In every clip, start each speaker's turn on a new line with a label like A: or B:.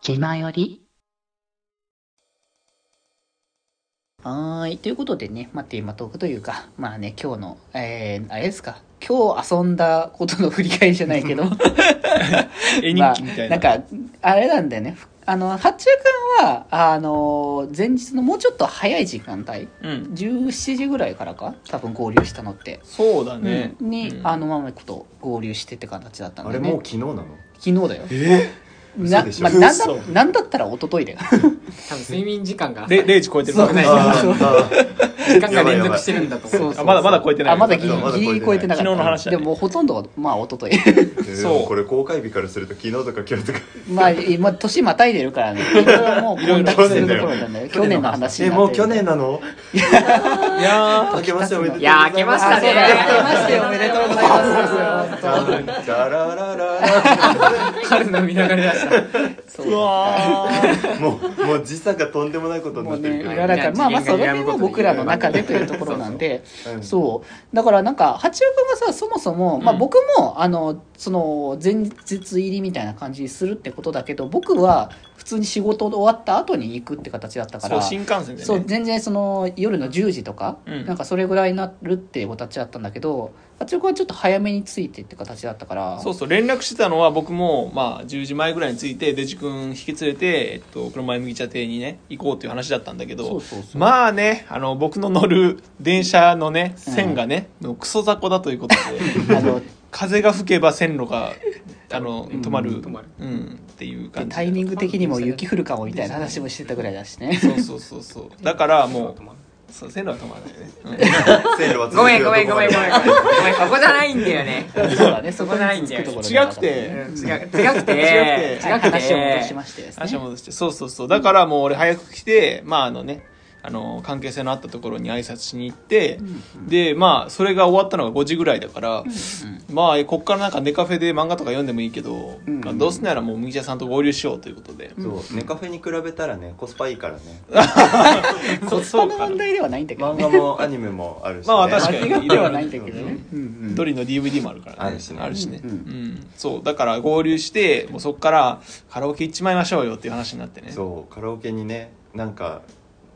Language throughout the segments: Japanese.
A: 気まより
B: はーい。ということでね、まあ、テーマトークというか、まあね、今日の、えー、あれですか、今日遊んだことの振り返りじゃないけど、
C: 絵
B: まあ
C: 日記みたい
B: な
C: な。
B: んか、あれなんだよね。ふあの、発注館は、あの、前日のもうちょっと早い時間帯、
C: うん。
B: 17時ぐらいからか、多分合流したのって。
C: そうだね。
B: うんに、
C: うん
B: あのままこと合流してって形だったん
D: あ
B: で、
D: れ
B: ね、
D: もう昨日なの
B: 昨日だよ
C: え
B: な,、
D: 嘘でしょ
B: まあ、なん
C: 嘘
B: だなんだったら一昨日だよ
E: 多分睡眠時間が
C: で、0時超えてる
B: そうね
D: あーあー
E: 時間が連続してるんだと思う
B: そう
C: あまだまだ超えてない。
B: あまだギ
D: そうまだ超えてない
B: リギリ超えてなかった
C: 昨日の話だね
B: でももうほとんどまあ一昨日
C: そう
D: でもこれ公開日からすると昨日とか今 日とか
B: まあ今年またいでる からねいろいろもう混濁するところなんだよ去年の話
D: え
B: にな
D: も
B: っ
D: う
B: てる
D: 去年なの
C: いやー
D: 明けましておめでとう
E: いやー明けまし
B: あ
E: たね
B: そうだ明けま
E: し
B: してて
E: お
B: お
E: め
B: め
E: で
B: で
E: と
B: と
E: う
B: う
E: ご
B: ご
E: ざ
B: ざ
E: い
B: い
E: ま
B: ますす
D: じゃららら
E: 春の見ながらだした
B: そう
C: うわー
D: らもうもう時差がとんでもないことに
B: も
D: なっ
B: う
D: てる
B: ね
D: けど、
B: だからまあまあその辺は僕らの中でというところなんでそうだからなんか八代君がさそもそも、まあ、
C: うん
B: 僕もあのその前日入りみたいな感じにするってことだけど僕は普通に仕事終わった後に行くって形だったか
C: そう、
B: ら
C: 新幹線でね。
B: そう全然その夜の10時とか、
C: うん
B: なんかそれぐらいになるって形だったんだけど八代君はちょっと早めに着いてって形だったから
C: そうそう連絡してたのは僕も、まあ、10時前ぐらいに着いてデジ君引き連れて、えっと、黒前麦茶亭にね行こうっていう話だったんだけど
B: そうそうそう
C: まあねあの僕の乗る電車のね線がね、もうクソ雑魚だということで
B: あの
C: 風が吹けば線路があの
B: うん
C: 止まる,、うん
E: 止まる
C: っていう感じ
B: タイミング的にも雪降るかもみたいな話もしてたぐらいだしね。
C: そうそうそうそうだからもうそう線路は止まらないね、
D: 線路は続
E: ごめん
D: くよ
E: ごめんごめん ごめんごめんごめんここじゃないんだよね
B: そうだね、そこに
E: ないんだ
B: 着く
E: よ
B: ところ
C: 違くて
E: うん違う違くて
C: 違くて
B: 違
E: 違
B: く
E: く
B: 話を戻してましてです
C: 話を
B: ね。
C: 戻してそうそうそうだからもう俺早く来てまああのねあの関係性のあったところに挨拶しに行って、でまあそれが終わったのが5時ぐらいだから、まあこっからなんかネカフェで漫画とか読んでもいいけど、
B: うん
C: まあ、どうせならもう麦茶さんと合流しようということで、
D: そうネカフェに比べたらねコスパいい からね
C: そ
B: そ
C: そ
B: ん
C: う
B: な
C: か
B: 問題ではないんだけど
D: 漫
B: ね。
D: 画もアニメもあるし、ね、
C: まあ確かに
B: 間違いではないんだけどね。うんうん
C: ドリの DVD もあるからね
D: あるしね
C: う
B: うんん
C: そうだから合流してもうそっからカラオケ行っちまいましょうよっていう話になってね
D: そうカラオケにねなんか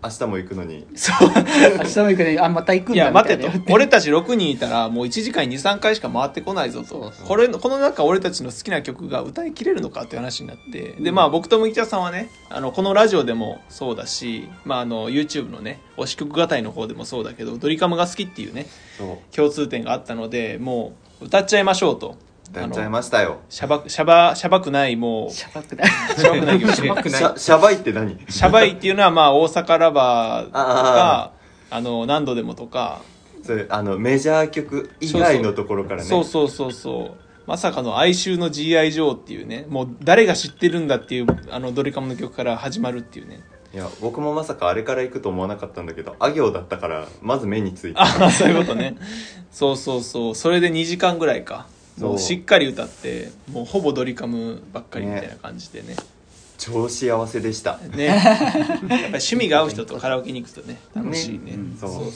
D: 明日も行くのに
B: そう。明日も行くね。あ、また行くん
C: い
B: だ
C: や
B: み
C: 待
B: た
C: て
B: いな
C: と俺たち6人いたらもう1時間に23回しか回ってこないぞ
B: そ
C: と
B: うそう
C: これこの中俺たちの好きな曲が歌いきれるのかっていう話になってでまあ僕と麦茶さんはねあのこのラジオでもそうだし、まあ、あの YouTube のね推し曲語りの方でもそうだけどドリカムが好きっていうね
D: そう
C: 共通点があったのでもう歌っちゃいましょうと
D: 歌っちゃい
C: あの
D: ましたよ
C: しゃばしゃばしゃばくないもう
B: シ
C: し
B: ャバくない。
C: ゃばくない曲で
E: く
D: し
E: ない
D: ゃしゃばいって何
C: シャバいっていうのはまあ大阪ラバーとかあの何度でもとか
D: それあのメジャー曲以外のところからね
C: そうそうそうそうまさかの哀愁の G.I. ジョーっていうねもう誰が知ってるんだっていうあのドリカムの曲から始まるっていうね
D: いや僕もまさかあれから行くと思わなかったんだけどあ行だったからまず目について
C: ああそういうことねそうそうそうそれで2時間ぐらいかもう
D: そう
C: しっかり歌ってもうほぼドリカムばっかりみたいな感じでね
D: 超幸せでした
C: ねやっぱり趣味が合う人とカラオケに行くとね楽しいね
D: ね
C: そ
D: そ
C: そ
D: うう
C: う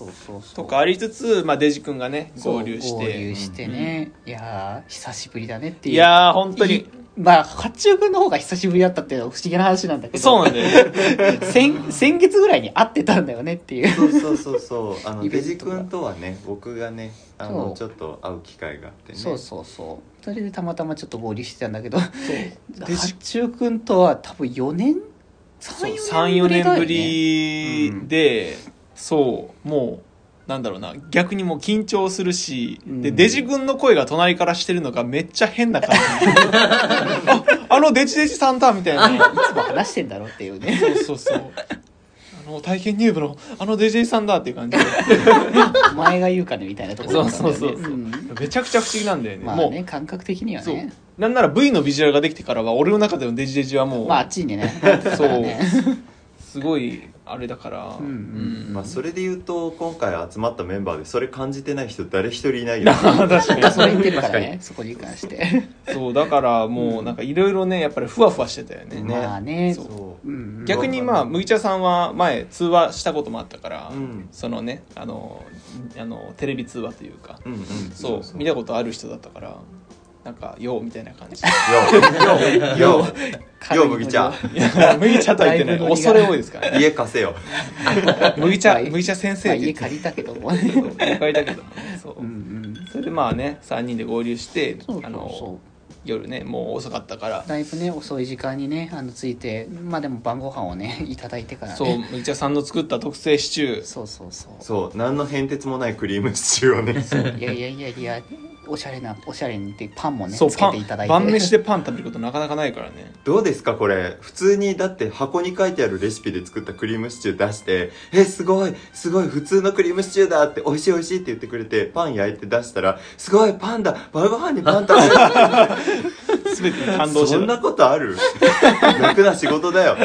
B: そうそうそう。
C: とかありつつ、まあ、デジ君がね
B: そう
C: 合流して
B: 合流してね。いやー、久しぶりだねっていう。
C: いやー本当
B: い
C: に
B: まあ、八中君の方が久しぶりだったっていうのは不思議な話なんだけど。
C: そうなんだよね
B: 先、先月ぐらいに会ってたんだよねっていう。
D: そうそうそう そうあの
B: イベ
D: デ
B: ン
D: ジ
B: トとか
D: 君とはね僕がねあのち
B: そ
D: ょっと会う機会があってね
B: そうそうそうそれでたまたまちょっと合流してたんだけど
C: で
B: 八中君とは多分4年
C: 34
B: 34
C: 年
B: 年
C: ぶ
B: ぶり
C: りで、そうもうなんだろうな逆にもう緊張するし、
B: うん
C: でデジ君の声が隣からしてるのがめっちゃ変な感 じああのデジデジさんだみたいな
B: だよねいつも話してんだろうっていうね
C: そうそうそうあの体験入部のあのデジデジさんだっていう感じで
B: お前が言うかねみたいなところだったんだよね
C: そうそうそうそうんめちゃくちゃ不思議なんだよね、
B: まあ
C: もう、
B: ね感覚的には
C: そう
B: ね
C: なんなら V のビジュアルができてからは俺の中でのデジデジはもう、
B: まああっちにね
C: そうすごいあれだから、
B: うんうん
C: うん
D: まあ、それで言うと今回集まったメンバーでそれ感じてない人誰一人いないよ
C: 確かに
B: それ言ってるからねそこに関して
C: そうだからもうなんかいろいろねやっぱりふわふわしてたよね
D: ね
B: まあね
C: そう
D: そう
B: うんうん
C: 逆にまあ麦茶さんは前通話したこともあったから、
D: うん
C: そのねあのあのテレビ通話というか、
D: うんうん
C: そう見たことある人だったからなんか、ようみたいな 感じ。
D: ようようよう麦茶
C: いや麦茶とは言ってない。恐れ多いですから ね。
D: 家貸せよ
C: 麦
B: ま
C: 茶、
B: あい
C: 麦茶先
B: まあ
C: 生って言
B: 家
C: ってた
B: 借りたけども
C: そう借りたけど。そう
B: う。ん
C: それでまあね、3人で合流して
B: うん、、
C: あ
B: あの
C: の、夜ね、もう遅かったから、
B: だいぶね遅い時間にねあのついてまあでも晩ご飯をね いただいてからね
C: そう、麦茶さんの作った特製シチュー。
B: そうそうそう
D: そう何の変哲もないクリームシチューをね
B: いやいやいやいやおしゃれなおしゃれにでパンもね
C: そう、
B: つけ
C: パ
B: ていただい
C: ン、
B: て
C: 晩飯でパン食べることなかなかないからね。
D: どうですかこれ普通にだって箱に書いてあるレシピで作ったクリームシチュー出して「えすごいすごい普通のクリームシチューだ」って「美味しい美味しい」って言ってくれてパン焼いて出したら「すごいパンだ晩ご飯にパン食べ る」
C: すべてに感動して
D: そん
C: た
D: な。ことある 楽な仕事だよ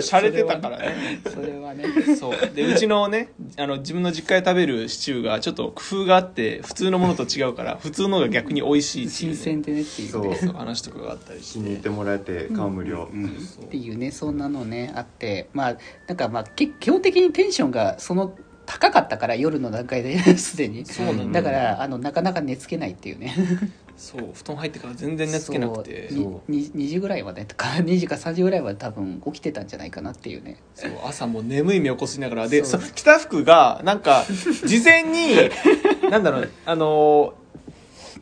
C: 洒落てたからね。
B: それはね
C: そうでうちのねあの自分の実家で食べるシチューがちょっと工夫があって普通のものと違うから普通のが逆に美味しいっていうね、
B: 新鮮でねっていう
D: そう
B: ね
C: そう話とかがあったりし
D: 気に入っててもらえて感無量、
B: うんっていうねそんなのねあってまあなんかまあけ基本的にテンションがその高かったから夜の段階で すでに
C: そうなんだ
B: だからあのなかなか寝つけないっていうね
C: そう布団入ってから全然寝つけなくて
B: そ
C: そうう
D: そう
B: にに2時ぐらいまでとか2時か3時ぐらい まで多分起きてたんじゃないかなっていうね
C: 朝もう眠い目をこすりながらで
B: そ
C: そうう着た服がなんか事前に なんだろうあのー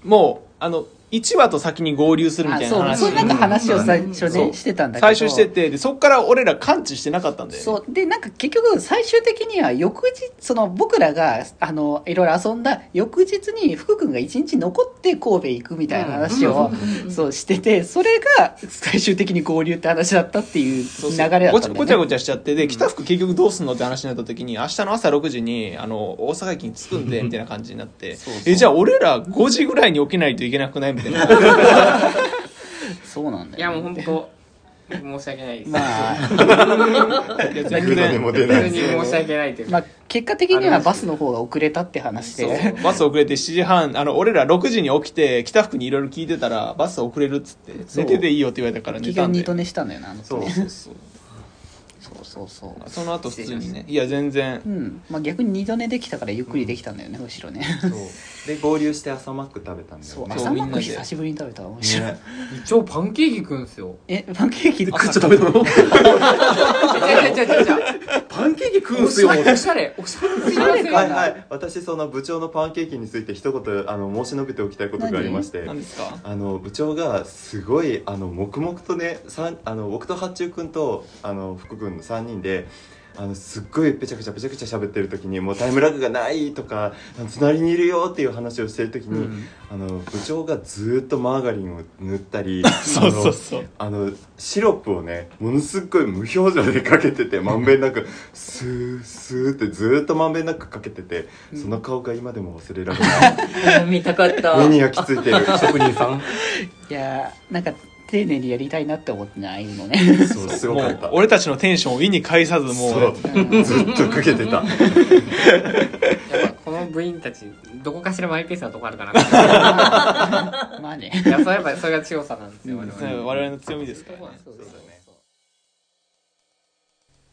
C: もうあの1話と先に合流するみたいな
B: あ
C: 話
B: そうそうなんか話を最初
C: そ
B: ね
C: う
B: してたんだけど
C: 最初しててでそっから俺ら感知してなかったんだよね
B: そうでなんか結局最終的には翌日その僕らがあのいろいろ遊んだ翌日に福君が一日残って神戸行くみたいな話を、そうしててそれが最終的に合流って話だったっていう流
C: そう
B: れ
C: そ
B: だ
C: う
B: ったんだよ、ね、
C: ごちゃごちゃごちゃしちゃってで着た服結局どうすんのって話になった時に明日の朝6時にあの大阪駅に着くんでみたいな感じになって
B: そうそう
C: えじゃあ俺ら5時ぐらいに起きないといけなくないみ たいな
B: そうなんだ
E: いやもう
B: よ、
E: 本当申し訳ないです。
B: まあ、
C: 全
D: グダでも出な
E: 普通
D: い
E: に申し訳ないという
B: ま
E: か。
B: あ結果的にはバスの方が遅れたって話で
C: バス遅れて7時半あの俺ら6時に起きて着た服にいろいろ聞いてたらバス遅れるっつって
B: そう
C: 寝てていいよって言われたから
B: 機
C: 寝
B: 嫌
C: たん
B: 二
C: で
B: 度寝したんだよなあの時
D: そう
B: ね
C: そうそ
B: そうそ
C: う
B: うそう
C: その後普通にねいや全然
B: うんまあ、逆に二度寝できたからゆっくりできたんだよね、むしろね
D: そうで合流して朝マック食べたんだ
B: そ
D: よ
B: う
D: ね
B: 朝マ
C: みん
B: ッ
C: な
B: ク
C: で
B: 久しぶりに食べたわ面白い、
D: ね
E: 一応パンケーキ食うんですよ。
B: えパンケーキで食っちゃ
C: 朝
B: った
C: 食べたの
E: 違う違う違う違う。
D: パンケーキ食
E: おしゃれおしゃれおしゃれすぎま せん
D: はいはい私その部長のパンケーキについて一言あの申し述べておきたいことがありまして
C: 何ですか
D: あの部長がすごいあの黙々とねさんあの僕と八中君とあの福君の3人で。あのすっごいぺちゃくちゃぺちゃくちゃ喋ってる時にもうタイムラグがないとかあの隣にいるよっていう話をしてる時に、
E: うん
D: あの部長がずーっとマーガリンを塗ったり
C: そうそう
D: う
C: そう
D: あのシロップをねものすっごい無表情でかけててまんべんなくスースーってずーっとまんべんなくかけててその顔が今でも忘れられ ない
E: 見たかった
D: 目に焼き付いてる
E: 職人さん
B: いやーなんか丁寧にやりたいなって思ってねああいうのね
D: そうすご
C: も
D: かっ
C: う
D: た
C: 俺たちのテンションを意に介さずもう
D: そうずっとかけてた
E: やっぱこの部員たちどこかしらマイペースなとこある かない
B: まあね
E: やそうやっぱそれが強さなんですよ我
C: ね
E: 々
C: 我々の強みですからね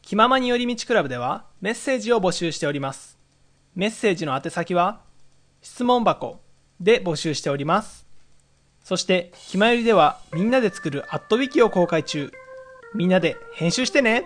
F: 気ままに寄り道クラブではメッセージを募集しております。メッセージの宛先は質問箱で募集しております。そして、気まよりではみんなで作るアットウィキを公開中。みんなで編集してね